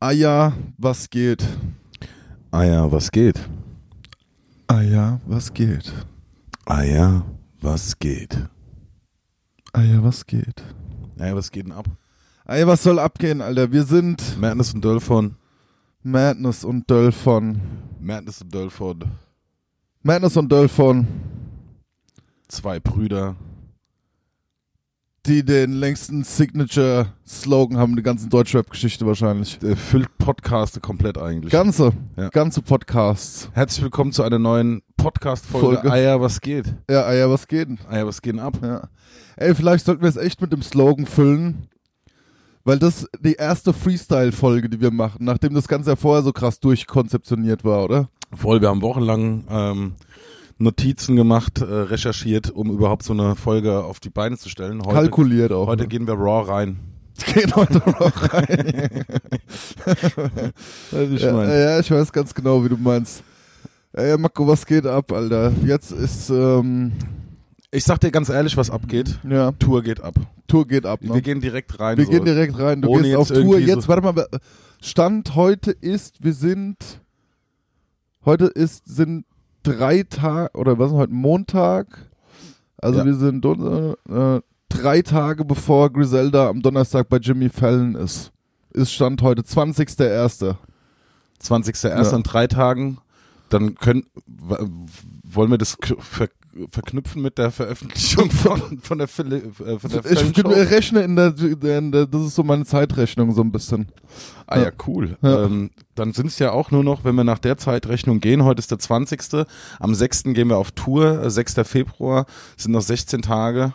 Ah ja, was geht? Ah ja, was geht? Ah ja, was geht? Ah ja, was geht? Ah ja, was geht? Naja, was geht denn ab? Ey, was soll abgehen, Alter? Wir sind Madness und Döll von. Madness und Döll von. Madness und Döll von. Madness und Döll von, Zwei Brüder. die den längsten Signature-Slogan haben in der ganzen Deutschrap-Geschichte wahrscheinlich. Der äh, füllt Podcaste komplett eigentlich. Ganze, Ja. ganze Podcasts. Herzlich willkommen zu einer neuen Podcast-Folge. Folge. Ah ja, was geht? Ja, ah ja, was geht? denn? Ah ja, was geht denn ab? Ja. Ey, vielleicht sollten wir es echt mit dem Slogan füllen. Weil das die erste Freestyle-Folge, die wir machen, nachdem das Ganze ja vorher so krass durchkonzeptioniert war, oder? Voll, wir haben wochenlang ähm, Notizen gemacht, äh, recherchiert, um überhaupt so eine Folge auf die Beine zu stellen. Heute, Kalkuliert auch. heute ne? gehen wir raw rein. geht heute auch rein. Weiß ich ja, ja, ich weiß ganz genau, wie du meinst. Ey, Marco, was geht ab, Alter? Jetzt ist, ähm, Ich sag dir ganz ehrlich, was abgeht. ja, Tour geht ab. Tour geht ab. Ne? Wir gehen direkt rein. Wir so. gehen direkt rein. Du Ohne gehst jetzt auf Tour. irgendwie so- Jetzt, warte mal. aber Stand heute ist, wir sind. Heute ist, sind drei Tage, oder was ist denn heute? Montag. Also Ja. wir sind äh, äh, drei Tage bevor Griselda am Donnerstag bei Jimmy Fallon ist. Ist Stand heute 20.01. 20.01. Ja. in drei Tagen. Dann können w- wollen wir das k- ver, verknüpfen mit der Veröffentlichung von, von der Phil, äh, von der Ich Fallenshow? rechne in der, in der, das ist so meine Zeitrechnung so ein bisschen. Ah ja, cool. Ja. Ähm, dann sind es ja auch nur noch, wenn wir nach der Zeitrechnung gehen, heute ist der 20. Am 6. gehen wir auf Tour, äh, 6. Februar, sind noch 16 Tage.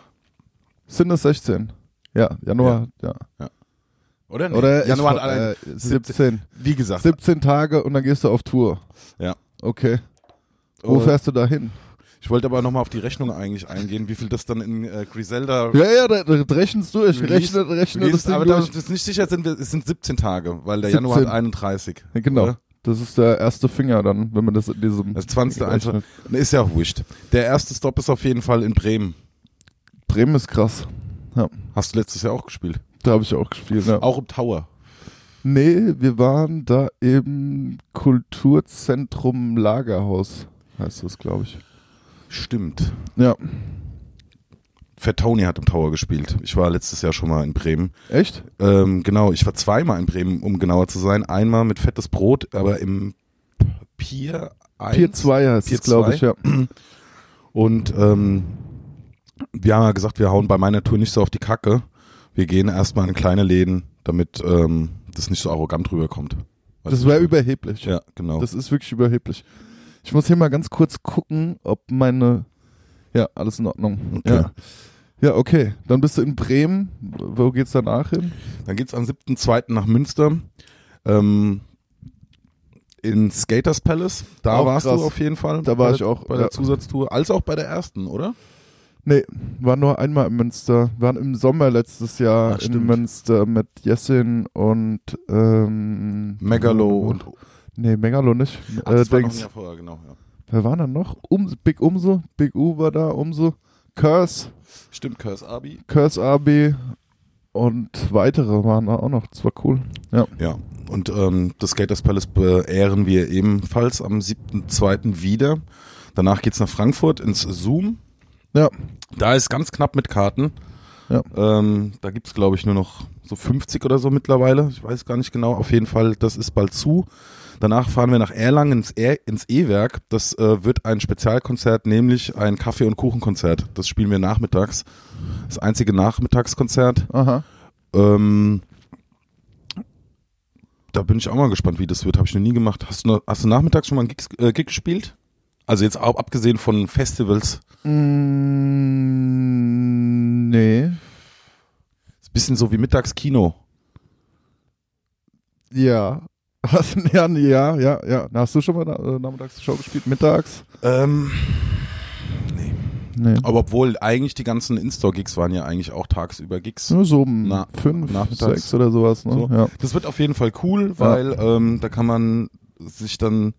Sind es 16? Ja, Januar, ja. Oder? Nee, Oder ich Januar fra- hat allein, äh, 17. wie gesagt. 17 Tage und dann gehst du auf Tour. Ja. Okay. Wo äh, fährst du da hin? ich wollte aber nochmal auf die Rechnung eigentlich eingehen, wie viel das dann in äh, Griselda Ja, ja, da, da rechnest du, ich Wir rechne, Du rechne das gehst- Ding aber da durch. ich das nicht sicher sind, wir- es sind 17 Tage, weil der 17. Januar hat 31. Ja, genau. Oder? Das ist der erste Finger dann, wenn man das in diesem. Das 20. Eintrag- Ne, Ist ja auch wurscht. Der erste Stop ist auf jeden Fall in Bremen. Bremen ist krass. Ja, Hast du letztes Jahr auch gespielt? da habe ich auch gespielt. Ja. Auch im Tower. Nee, wir waren da im Kulturzentrum Lagerhaus, heißt das, glaube ich. Stimmt. Ja. Fat Tony hat im Tower gespielt. Ich war letztes Jahr schon mal in Bremen. Echt? Ähm, genau, ich war zweimal in Bremen, um genauer zu sein. Einmal mit fettes Brot, aber im Pier 1. Pier 2 heißt Pier es, glaube ich, ja. Und ähm, wir haben ja gesagt, wir hauen bei meiner Tour nicht so auf die Kacke. Wir gehen erstmal in kleine Läden, damit ähm, das nicht so arrogant rüberkommt. Weißt Das du, wäre was ich überheblich. meine? Ja, genau. Das ist wirklich überheblich. Ich muss hier mal ganz kurz gucken, ob meine. Ja, alles in Ordnung. Okay. Ja. ja, okay. Dann bist du in Bremen. Wo geht's danach hin? Dann geht's am 7.2. nach Münster. Ähm, in Skaters Palace. Da Auch warst krass. du auf jeden Fall. Da war bei ich der- auch, Bei der ja. Zusatztour. Als auch bei der ersten, oder? Nee, war nur einmal in Münster. Wir waren im Sommer letztes Jahr Ach, in stimmt. Münster mit Jessin und ähm, Megalo und. Nee, Megalo nicht. Mhm. Ach, das äh, war noch ein Dings. Jahr vorher, genau. Ja. Wer war da noch? Um, Big Umso, Big U war da, Umso, Curse, Stimmt, Curse Abi. Curse AB und weitere waren da auch noch. Das war cool. Ja, und ähm, das Skaters Palace beehren wir ebenfalls am 7.2. wieder. Danach geht's nach Frankfurt ins Zoom. Ja. Da ist ganz knapp mit Karten. Ja. Ähm, da gibt's glaube ich, nur noch so 50 oder so mittlerweile. Ich weiß gar nicht genau. Auf jeden Fall, das ist bald zu. Danach fahren wir nach Erlangen ins, e ins E-Werk. Das äh, wird ein Spezialkonzert, nämlich ein Kaffee- und Kuchenkonzert. Das spielen wir nachmittags. Das einzige Nachmittagskonzert. Aha. Ähm, da bin ich auch mal gespannt, wie das wird. Habe ich noch nie gemacht. Hast du, noch- hast du nachmittags schon mal einen Gig, äh, Gig gespielt? Also jetzt ab, abgesehen von Festivals. Mm, nee. Ist ein bisschen so wie Mittagskino. Ja. Hast, ja, nee, ja, ja, ja. Na, Hast du schon mal na, äh, nachmittags die Show gespielt? Mittags? Ähm, Nee. aber obwohl eigentlich die ganzen In-Store-Gigs waren ja eigentlich auch tagsüber Gigs. Nur so um Na- fünf, nachmittags. sechs oder sowas, ne? So. Ja. Das wird auf jeden Fall cool, weil ähm, da kann man sich dann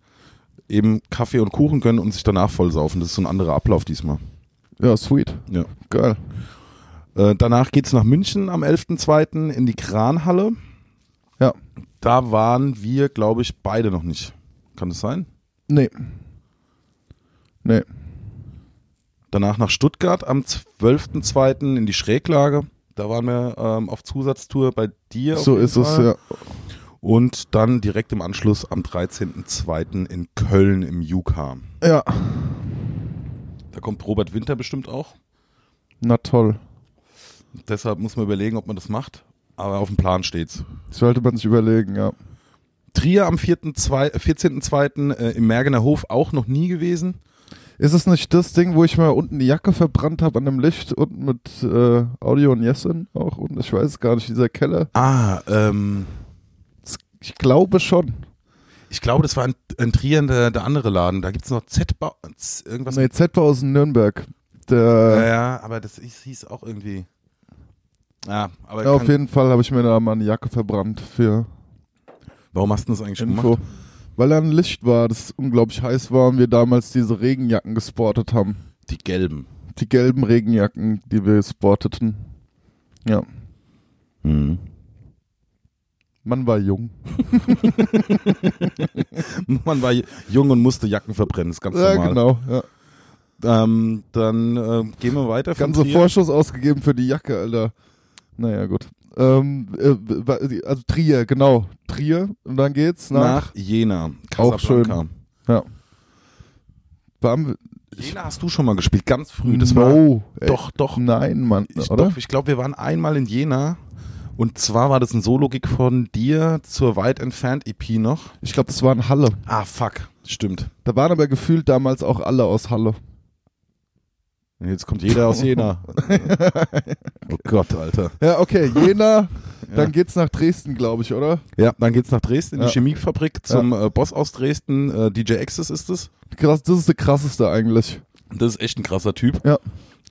eben Kaffee und Kuchen gönnen und sich danach vollsaufen. Das ist so ein anderer Ablauf diesmal. ja, sweet. Ja. Geil. Äh, danach geht's nach München am 11.2. in die Kranhalle. Ja. Da waren wir, glaube ich, beide noch nicht. Kann das sein? Nee. Nee. Danach nach Stuttgart am 12.02. in die Schräglage. Da waren wir ähm, auf Zusatztour bei dir. auf so jeden ist es, Fall. ja. Und dann direkt im Anschluss am 13.02. in Köln im Juka. Ja. Da kommt Robert Winter bestimmt auch. Na toll. Deshalb muss man überlegen, ob man das macht. Aber auf dem Plan steht's. Das sollte man sich überlegen, ja. Trier am 4.2., 14.02. äh, im Mergener Hof auch noch nie gewesen. Ist es nicht das Ding, wo ich mal unten die Jacke verbrannt habe an dem Licht und mit äh, Audio und Yesin auch? Und ich weiß es gar nicht, dieser Keller. Ah, ähm, Das- Ich glaube schon. ich glaube, das war in, in Trier der, der andere Laden. Da gibt's noch Z-Bau, Z- irgendwas. nee, Z war aus Nürnberg. Der, Ja, aber das hieß- hieß auch irgendwie. Ja, aber ja, auf kann, jeden Fall habe ich mir da mal eine Jacke verbrannt für warum hast du das eigentlich Info. gemacht? Weil da ein Licht war, das unglaublich heiß war und wir damals diese Regenjacken gesportet haben. Die gelben. Die gelben Regenjacken, die wir sporteten. Ja, Mhm. man war jung. Man war jung und musste Jacken verbrennen, ist ganz Ja, normal. genau. Ja. Ähm, dann ähm, gehen wir weiter. von Ganze Trier. Vorschuss ausgegeben für die Jacke, Alter. Naja, gut. Ähm, äh, wa- also Trier, genau. Trier. Und dann geht's nach. nach Jena. Auch schön. Casablanca. Bam, Jena hast du schon mal gespielt, ganz früh. Hm, Das war no, ey. doch, doch, Nein, Mann, ich, oder? doch. Ich glaube, wir waren einmal in Jena. Und zwar war das ein Solo-Gig von dir zur weit entfernt EP E noch. Ich glaube, das war in Halle. Ah, fuck. Stimmt. Da waren aber gefühlt damals auch alle aus Halle. Jetzt kommt jeder aus Jena. oh Gott, Alter. Ja, okay, Jena, Ja. dann geht's nach Dresden, glaube ich, oder? Ja, dann geht's nach Dresden in die Ja. Chemiefabrik zum äh, Boss aus Dresden, äh, DJ Access ist es. Krass, das ist der krasseste eigentlich. Das ist echt ein krasser Typ. Ja.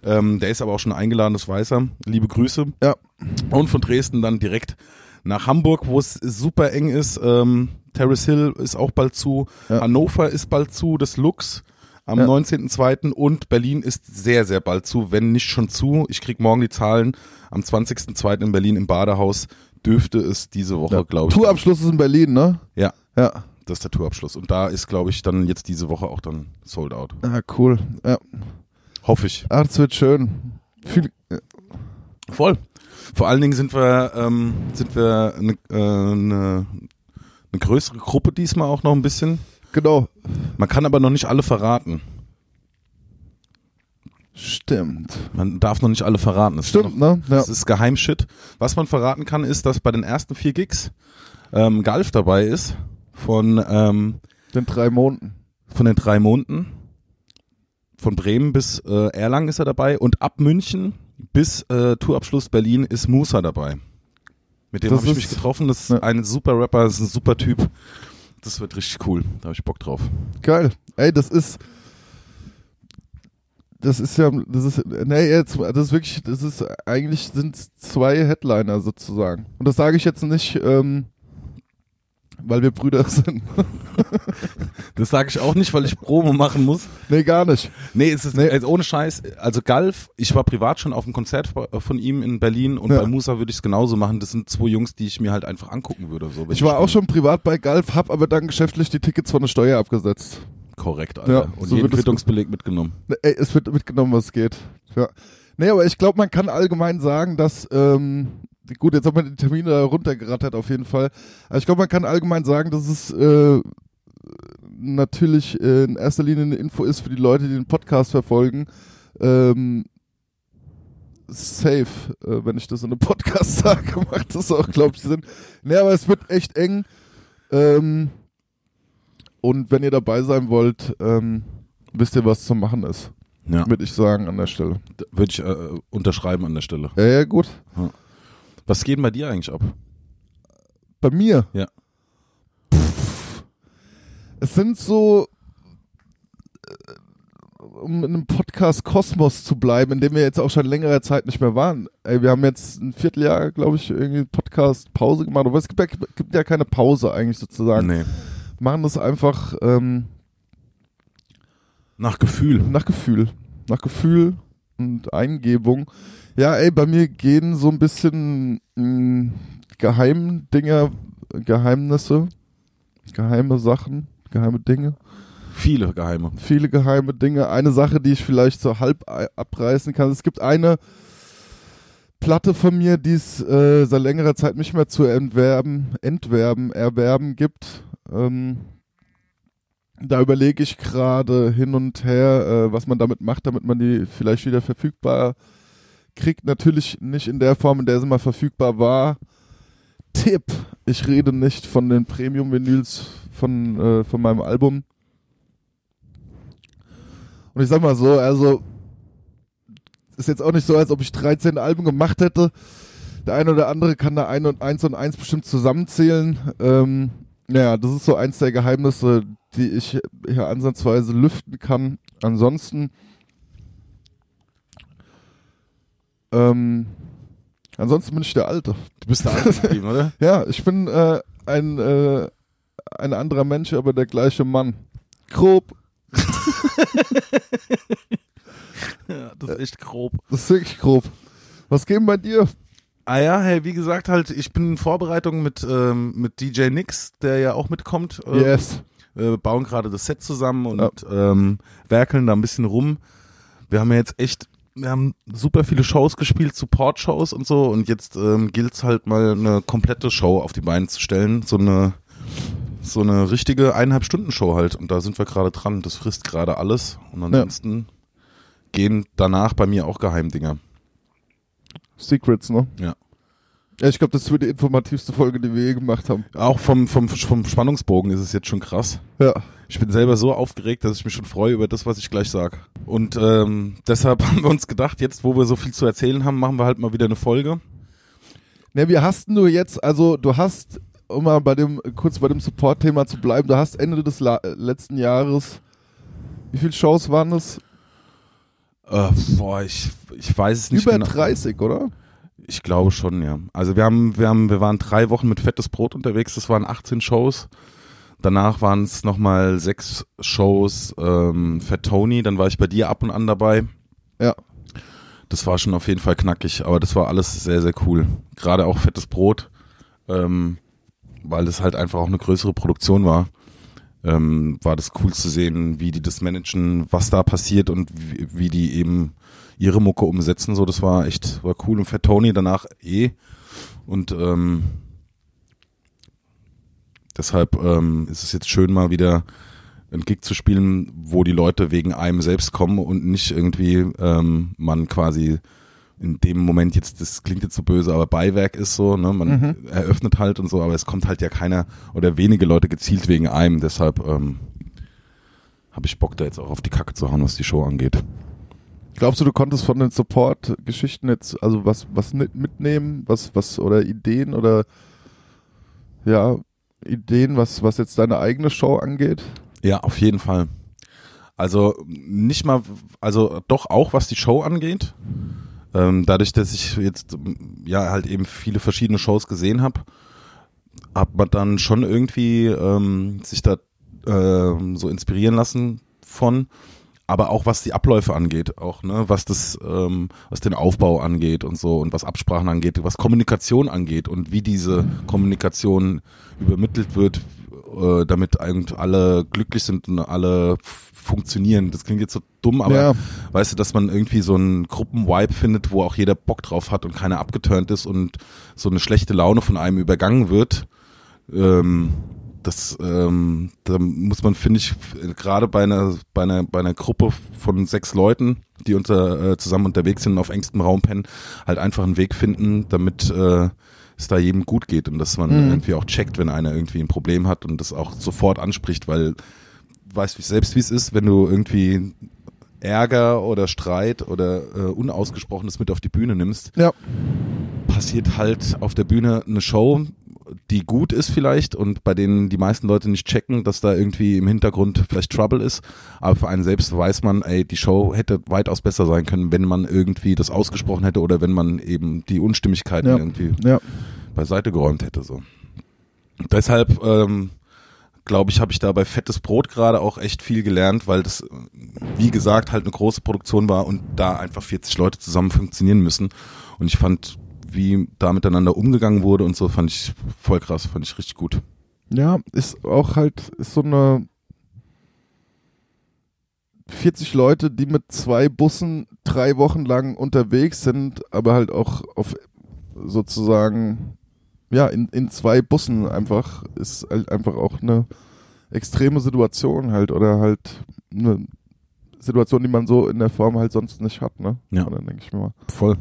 Ähm, der ist aber auch schon eingeladen, das weiß er. Liebe Grüße. Ja. Und von Dresden dann direkt nach Hamburg, wo es super eng ist. Ähm, Terrace Hill ist auch bald zu. Ja. Hannover ist bald zu. Das Lux am Ja. 19.02. Und Berlin ist sehr, sehr bald zu, wenn nicht schon zu. Ich krieg morgen die Zahlen. Am 20.02. in Berlin im Badehaus dürfte es diese Woche, glaube ich. Tourabschluss ist in Berlin, ne? Ja. Ja. Das ist der Tourabschluss. Und da ist, glaube ich, dann jetzt diese Woche auch dann sold out. Ah, cool. Ja. Hoffe ich. Ah, das wird schön. Viel, Voll. Vor allen Dingen sind wir, ähm, sind wir eine äh, ne, ne größere Gruppe diesmal auch noch ein bisschen. genau. Man kann aber noch nicht alle verraten. Stimmt. Man darf noch nicht alle verraten. Das Stimmt, Ist ne? noch, Ja. Das ist Geheimshit. Was man verraten kann, ist, dass bei den ersten vier Gigs ähm, Galf dabei ist von, ähm, Den drei Monaten. von den drei Monden. Von Bremen bis äh, Erlangen ist er dabei und ab München bis äh, Tourabschluss Berlin ist Musa dabei. Mit dem Das habe ich ist- mich getroffen. Das ist Ja. ein super Rapper, das ist ein super Typ. Das wird richtig cool. Da habe ich Bock drauf. Geil. Ey, das ist. Das ist ja, das ist, nee, jetzt, das ist wirklich, das ist, eigentlich sind zwei Headliner sozusagen. Und das sage ich jetzt nicht, ähm, weil wir Brüder sind. Das sage ich auch nicht, weil ich Promo machen muss. nee, gar nicht. Nee, es ist Nee. Also ohne Scheiß. Also Galf, ich war privat schon auf einem Konzert äh, von ihm in Berlin und Ja. bei Musa würde ich es genauso machen. Das sind zwei Jungs, die ich mir halt einfach angucken würde. So, wenn Ich war auch bin. schon privat bei Galf, hab aber dann geschäftlich die Tickets von der Steuer abgesetzt. korrekt, Alter. Ja, und so jeden wird es- Quittungsbeleg mitgenommen. Ne, Ey, es wird mitgenommen, was geht. Ja. Nee, aber ich glaube, man kann allgemein sagen, dass, ähm, gut, jetzt hat man die Termine da runtergerattert auf jeden Fall. Aber ich glaube, man kann allgemein sagen, dass es äh, natürlich äh, in erster Linie eine Info ist für die Leute, die den Podcast verfolgen. Ähm, safe, äh, wenn ich das in einem Podcast sage, macht das auch, glaube ich, Sinn. Nee, aber es wird echt eng. Ähm, und wenn ihr dabei sein wollt, ähm, wisst ihr, was zu machen ist, Ja. würde ich sagen an der Stelle. Würde ich äh, unterschreiben an der Stelle. Ja, ja, gut. Was geht denn bei dir eigentlich ab? Bei mir. Ja. Pff. Es sind so, äh, um in einem Podcast Kosmos zu bleiben, in dem wir jetzt auch schon längere Zeit nicht mehr waren. Ey, wir haben jetzt ein Vierteljahr, glaube ich, irgendwie Podcast Pause gemacht. Aber es gibt ja, gibt ja keine Pause eigentlich sozusagen. Nee. Wir machen das einfach ähm, Nach Gefühl. nach Gefühl. Nach Gefühl und Eingebung. Ja, ey, bei mir gehen so ein bisschen mh, hm, Geheimdinger Geheimnisse, geheime Sachen, geheime Dinge. Viele geheime. viele geheime Dinge. Eine Sache, die ich vielleicht so halb ei- abreißen kann. Es gibt eine Platte von mir, die es äh, seit längerer Zeit nicht mehr zu entwerben, entwerben, erwerben gibt. Ähm, da überlege ich gerade hin und her, äh, was man damit macht, damit man die vielleicht wieder verfügbar kriegt. Natürlich nicht in der Form, in der sie mal verfügbar war. Tipp, ich rede nicht von den Premium-Vinyls von, äh, von meinem Album. Und ich sag mal so, also ist jetzt auch nicht so, als ob ich 13 Alben gemacht hätte. Der eine oder andere kann da ein und eins und eins bestimmt zusammenzählen. Ähm, naja, das ist so eins der Geheimnisse, die ich hier ansatzweise lüften kann. Ansonsten, ähm, ansonsten bin ich der Alte. Du bist da alt geblieben, oder? Ja, ich bin äh, ein, äh, ein anderer Mensch, aber der gleiche Mann. Grob. Ja, das ist echt grob. Das ist wirklich grob. Was geben bei dir? Ah ja, hey, wie gesagt, halt, ich bin in Vorbereitung mit, ähm, mit DJ Nix, der ja auch mitkommt. äh, Yes. äh, bauen gerade das Set zusammen und Ja. ähm, werkeln da ein bisschen rum. Wir haben ja jetzt echt, wir haben super viele Shows gespielt, Support-Shows und so und jetzt ähm, gilt es halt mal eine komplette Show auf die Beine zu stellen, so eine so eine richtige eineinhalb Stunden Show halt und da sind wir gerade dran. Das frisst gerade alles und ansonsten gehen danach bei mir auch Geheimdinger. Secrets, ne? Ja. Ja, ich glaube, das wird die informativste Folge, die wir je gemacht haben. Auch vom vom vom Spannungsbogen ist es jetzt schon krass. Ja. Ich bin selber so aufgeregt, dass ich mich schon freue über das, was ich gleich sage. Und ähm, deshalb haben wir uns gedacht, jetzt, wo wir so viel zu erzählen haben, machen wir halt mal wieder eine Folge. Ne, wir hast nur jetzt, also du hast, um mal bei dem, kurz bei dem Support-Thema zu bleiben, du hast Ende des La äh, letzten Jahres, wie viele Shows waren es? Äh, boah, ich, ich weiß es nicht Über genau. 30, oder? Ich glaube schon, ja. Also wir haben, wir haben, wir waren drei Wochen mit fettes Brot unterwegs. Das waren 18 Shows. Danach waren es nochmal sechs Shows ähm, Fat Tony. Dann war ich bei dir ab und an dabei. Ja. Das war schon auf jeden Fall knackig, aber das war alles sehr, sehr cool. Gerade auch fettes Brot, ähm, weil das halt einfach auch eine größere Produktion war. Ähm, war das cool zu sehen, wie die das managen, was da passiert und wie, wie die eben ihre Mucke umsetzen. So, das war echt, war cool. Und Fat Tony danach eh. Und ähm, deshalb ähm, ist es jetzt schön, mal wieder einen Gig zu spielen, wo die Leute wegen einem selbst kommen und nicht irgendwie ähm, man quasi in dem Moment jetzt, das klingt jetzt so böse, aber Beiwerk ist so, ne? man eröffnet halt und so, aber es kommt halt ja keiner oder wenige Leute gezielt wegen einem, deshalb ähm, habe ich Bock da jetzt auch auf die Kacke zu hauen, was die Show angeht. Glaubst du, du konntest von den Support-Geschichten jetzt, also was, was ni- mitnehmen, was, was, oder Ideen oder, ja, Ideen, was, was jetzt deine eigene Show angeht? Ja, auf jeden Fall. Also nicht mal, also doch auch was die Show angeht. Ähm, dadurch, dass ich jetzt m, ja halt eben viele verschiedene Shows gesehen habe, hat man dann schon irgendwie ähm, sich da ähm, so inspirieren lassen von. Aber auch was die Abläufe angeht, auch ne, was das, ähm, was den Aufbau angeht und so und was Absprachen angeht, was Kommunikation angeht und wie diese Kommunikation übermittelt wird, äh, damit eigentlich alle glücklich sind und alle f- funktionieren. Das klingt jetzt so dumm, aber Ja. weißt du, dass man irgendwie so einen Gruppen-Vibe findet, wo auch jeder Bock drauf hat und keiner abgeturnt ist und so eine schlechte Laune von einem übergangen wird. Ähm, das, ähm, da muss man, finde ich, f- gerade bei einer, bei, einer, bei einer Gruppe von sechs Leuten, die unter, äh, zusammen unterwegs sind und auf engstem Raum pennen, halt einfach einen Weg finden, damit äh, es da jedem gut geht und dass man Mhm. irgendwie auch checkt, wenn einer irgendwie ein Problem hat und das auch sofort anspricht, weil du weißt du selbst, wie es ist, wenn du irgendwie Ärger oder Streit oder äh, Unausgesprochenes mit auf die Bühne nimmst, Ja. passiert halt auf der Bühne eine Show, die gut ist vielleicht und bei denen die meisten Leute nicht checken, dass da irgendwie im Hintergrund vielleicht Trouble ist. Aber für einen selbst weiß man, ey, die Show hätte weitaus besser sein können, wenn man irgendwie das ausgesprochen hätte oder wenn man eben die Unstimmigkeiten Ja. irgendwie Ja. beiseite geräumt hätte. So. Deshalb ähm, glaube ich, habe ich da bei Fettes Brot gerade auch echt viel gelernt, weil das, äh, wie gesagt, halt eine große Produktion war und da einfach 40 Leute zusammen funktionieren müssen. Und ich fand, wie da miteinander umgegangen wurde und so, fand ich voll krass, fand ich richtig gut. Ja, ist auch halt ist so eine 40 Leute, die mit zwei Bussen drei Wochen lang unterwegs sind, aber halt auch auf sozusagen, ja, in, in zwei Bussen einfach, ist halt einfach auch eine extreme Situation halt oder halt eine Situation, die man so in der Form halt sonst nicht hat, ne? Ja. Und dann denke ich mir mal. Voll.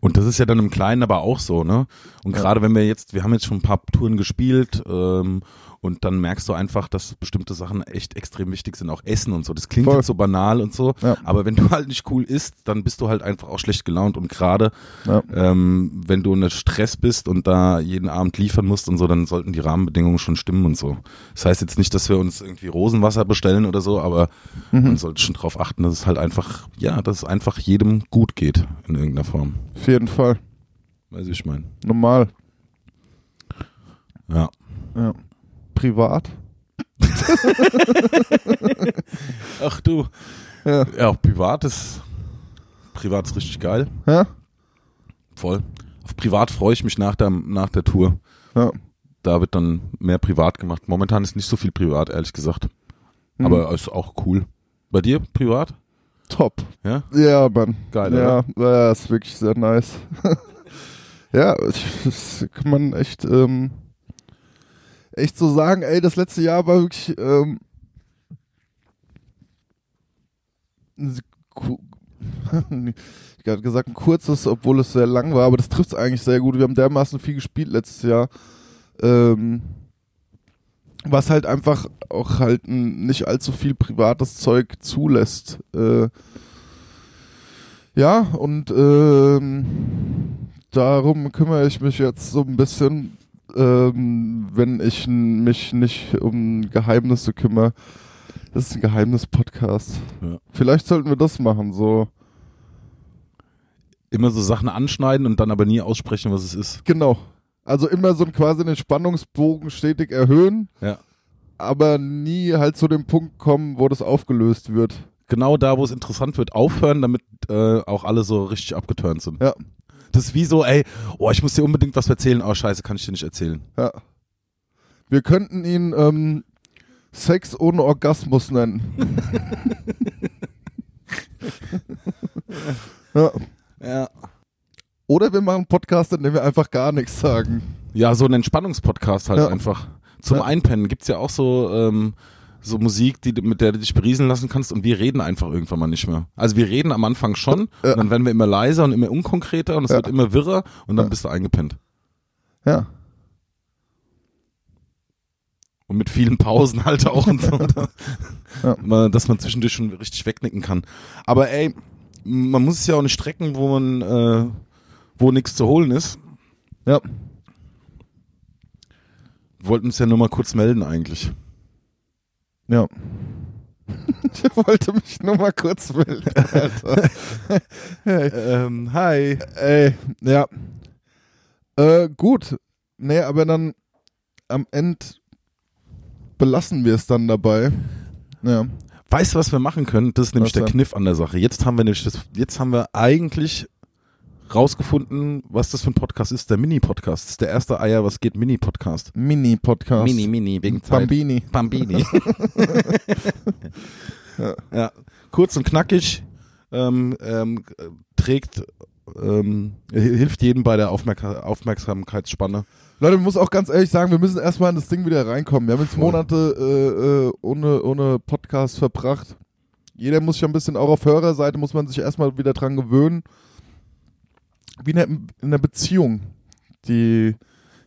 Und das ist ja dann im Kleinen aber auch so, ne? Und Ja. gerade wenn wir jetzt, wir haben jetzt schon ein paar Touren gespielt ähm, und dann merkst du einfach, dass bestimmte Sachen echt extrem wichtig sind, auch Essen und so. Das klingt Voll. jetzt so banal und so, Ja. aber wenn du halt nicht cool isst, dann bist du halt einfach auch schlecht gelaunt und gerade Ja. ähm, wenn du unter Stress bist und da jeden Abend liefern musst und so, dann sollten die Rahmenbedingungen schon stimmen und so. Das heißt jetzt nicht, dass wir uns irgendwie Rosenwasser bestellen oder so, aber Mhm. man sollte schon drauf achten, dass es halt einfach, ja, dass es einfach jedem gut geht in irgendeiner Form. Auf jeden Fall. Weiß ich meine. Normal. Ja. Ja. Privat. Ach du. Ja. Ja, auch privat ist, privat ist richtig geil. Ja. Voll. Auf privat freue ich mich nach der, nach der Tour. ja. Da wird dann mehr privat gemacht. Momentan ist nicht so viel privat, ehrlich gesagt. Mhm. Aber ist auch cool. Bei dir privat? Top. Ja? Ja, Mann. Geil, ja, ja, ist wirklich sehr nice. ja, ich, das kann man echt, ähm, echt so sagen, ey, das letzte Jahr war wirklich ähm, ein s- ku- ich habe gesagt, ein kurzes, obwohl es sehr lang war, aber das trifft es eigentlich sehr gut. Wir haben dermaßen viel gespielt letztes Jahr. Ähm, was halt einfach auch halt ein nicht allzu viel privates Zeug zulässt. Äh, ja, und ähm, darum kümmere ich mich jetzt so ein bisschen, ähm, wenn ich n- mich nicht um Geheimnisse kümmere. Das ist ein Geheimnis-Podcast. Ja. Vielleicht sollten wir das machen, so. Immer so Sachen anschneiden und dann aber nie aussprechen, was es ist. Genau. Also immer so ein- quasi den Spannungsbogen stetig erhöhen, Ja. aber nie halt zu dem Punkt kommen, wo das aufgelöst wird. Genau da, wo es interessant wird, aufhören, damit äh, auch alle so richtig abgeturnt sind. Ja. Das ist wie so, ey, oh, ich muss dir unbedingt was erzählen. Oh, scheiße, kann ich dir nicht erzählen. Ja. Wir könnten ihn ähm, Sex ohne Orgasmus nennen. ja. Ja. Oder wir machen einen Podcast, in dem wir einfach gar nichts sagen. Ja, so ein Entspannungspodcast halt Ja. einfach. Zum Ja. Einpennen gibt's ja auch so, ähm, so Musik, die, du- mit der du dich beriesen lassen kannst und wir reden einfach irgendwann mal nicht mehr. Also wir reden am Anfang schon, Ja. und dann werden wir immer leiser und immer unkonkreter und es Ja. wird immer wirrer und dann Ja. bist du eingepennt. Ja. Und mit vielen Pausen halt auch und so. Ja. Mal, Dass man zwischendurch schon richtig wegnicken kann. Aber ey, man muss es ja auch nicht strecken, wo man, äh, wo nichts zu holen ist. Ja. Wollten uns ja nur mal kurz melden eigentlich. Ja. Ich wollte mich nur mal kurz melden, Alter. hey. Ähm, hi. Ey, ja. Äh, gut. Nee, aber dann am Ende belassen wir es dann dabei. Ja. Weißt du, was wir machen können? Das ist nämlich Was der denn? Kniff an der Sache. Jetzt haben wir nämlich das, jetzt haben wir eigentlich rausgefunden, was das für ein Podcast ist. Der Mini-Podcast. Das ist der erste Eier, was geht Mini-Podcast. Mini-Podcast. Mini, wegen Bambini. Bambini. ja. ja, kurz und knackig ähm, ähm, trägt, ähm, hilft jedem bei der Aufmerka Aufmerksamkeitsspanne. Leute, man muss auch ganz ehrlich sagen, wir müssen erstmal in das Ding wieder reinkommen. Wir haben jetzt Voll. Monate äh, äh, ohne, ohne Podcast verbracht. Jeder muss sich ein bisschen, auch auf Hörerseite muss man sich erstmal wieder dran gewöhnen. Wie in einer, in einer Beziehung, die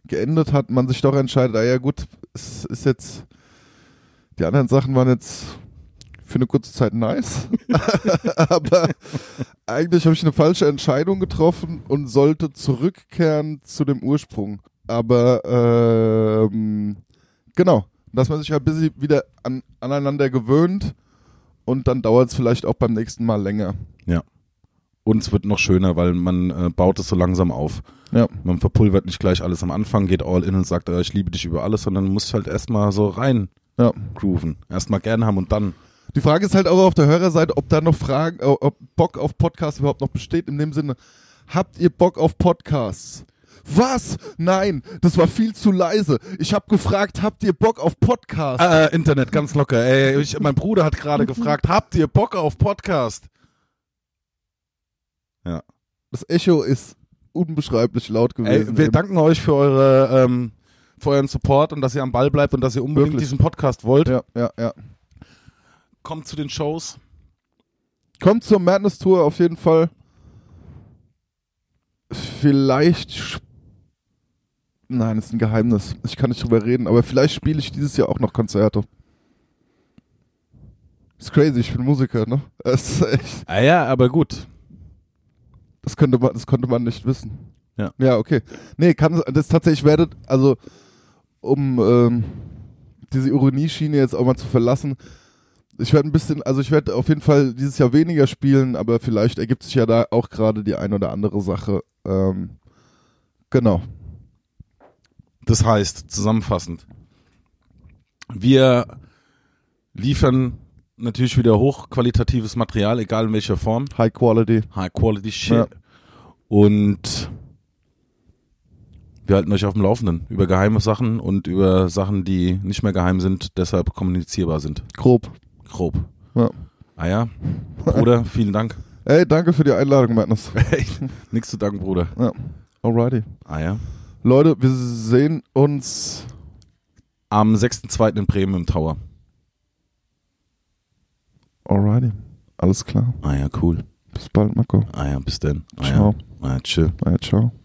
geendet hat, man sich doch entscheidet, ah ja gut, es ist jetzt, die anderen Sachen waren jetzt für eine kurze Zeit nice, aber eigentlich habe ich eine falsche Entscheidung getroffen und sollte zurückkehren zu dem Ursprung. Aber ähm, genau, dass man sich halt ein bisschen wieder an, aneinander gewöhnt und dann dauert es vielleicht auch beim nächsten Mal länger. Und es wird noch schöner, weil man äh, baut es so langsam auf. Ja. Man verpulvert nicht gleich alles am Anfang, geht all in und sagt, äh, ich liebe dich über alles, sondern man muss halt erstmal so rein Ja. grooven. Erstmal gern haben und dann. Die Frage ist halt auch auf der Hörerseite, ob da noch Fragen, äh, ob Bock auf Podcast überhaupt noch besteht. In dem Sinne, habt ihr Bock auf Podcasts? Was? Nein, das war viel zu leise. Ich habe gefragt, habt ihr Bock auf Podcasts? Äh, Internet, ganz locker. Ey, ich, mein Bruder hat gerade gefragt, habt ihr Bock auf Podcast? Ja. Das Echo ist unbeschreiblich laut Ey, gewesen. wir eben. danken euch für eure ähm, für euren Support und dass ihr am Ball bleibt und dass ihr unbedingt Wirklich. diesen Podcast wollt. ja, ja, ja. Kommt zu den Shows. Kommt zur Madness Tour auf jeden Fall. Vielleicht. sp- Nein, ist ein Geheimnis. Ich kann nicht drüber reden, aber vielleicht spiele ich dieses Jahr auch noch Konzerte. Ist crazy, ich bin Musiker, ne? Das, ist echt, Ah ja, aber gut. das, könnte man, das konnte man nicht wissen. Ja. Ja, okay. Nee, kann das tatsächlich werdet, also um ähm, diese Ironieschiene jetzt auch mal zu verlassen. Ich werde ein bisschen, also ich werde auf jeden Fall dieses Jahr weniger spielen, aber vielleicht ergibt sich ja da auch gerade die ein oder andere Sache. Ähm, genau. Das heißt, zusammenfassend, wir liefern natürlich wieder hochqualitatives Material, egal in welcher Form. High Quality. High Quality Shit. Ja. Und wir halten euch auf dem Laufenden über geheime Sachen und über Sachen, die nicht mehr geheim sind, deshalb kommunizierbar sind. Grob. Grob. Ja. Ah ja. Bruder, vielen Dank. Ey, danke für die Einladung, Magnus. Nix zu danken, Bruder. Ja. Alrighty. Ah ja. Leute, wir sehen uns. Am 6.2. in Bremen im Tower. Alrighty. Alles klar. Ah ja, cool. Bis bald, Marco. Ah ja, bis denn. Ah ja. Ciao. Ah, ja, chill. Ja, ciao.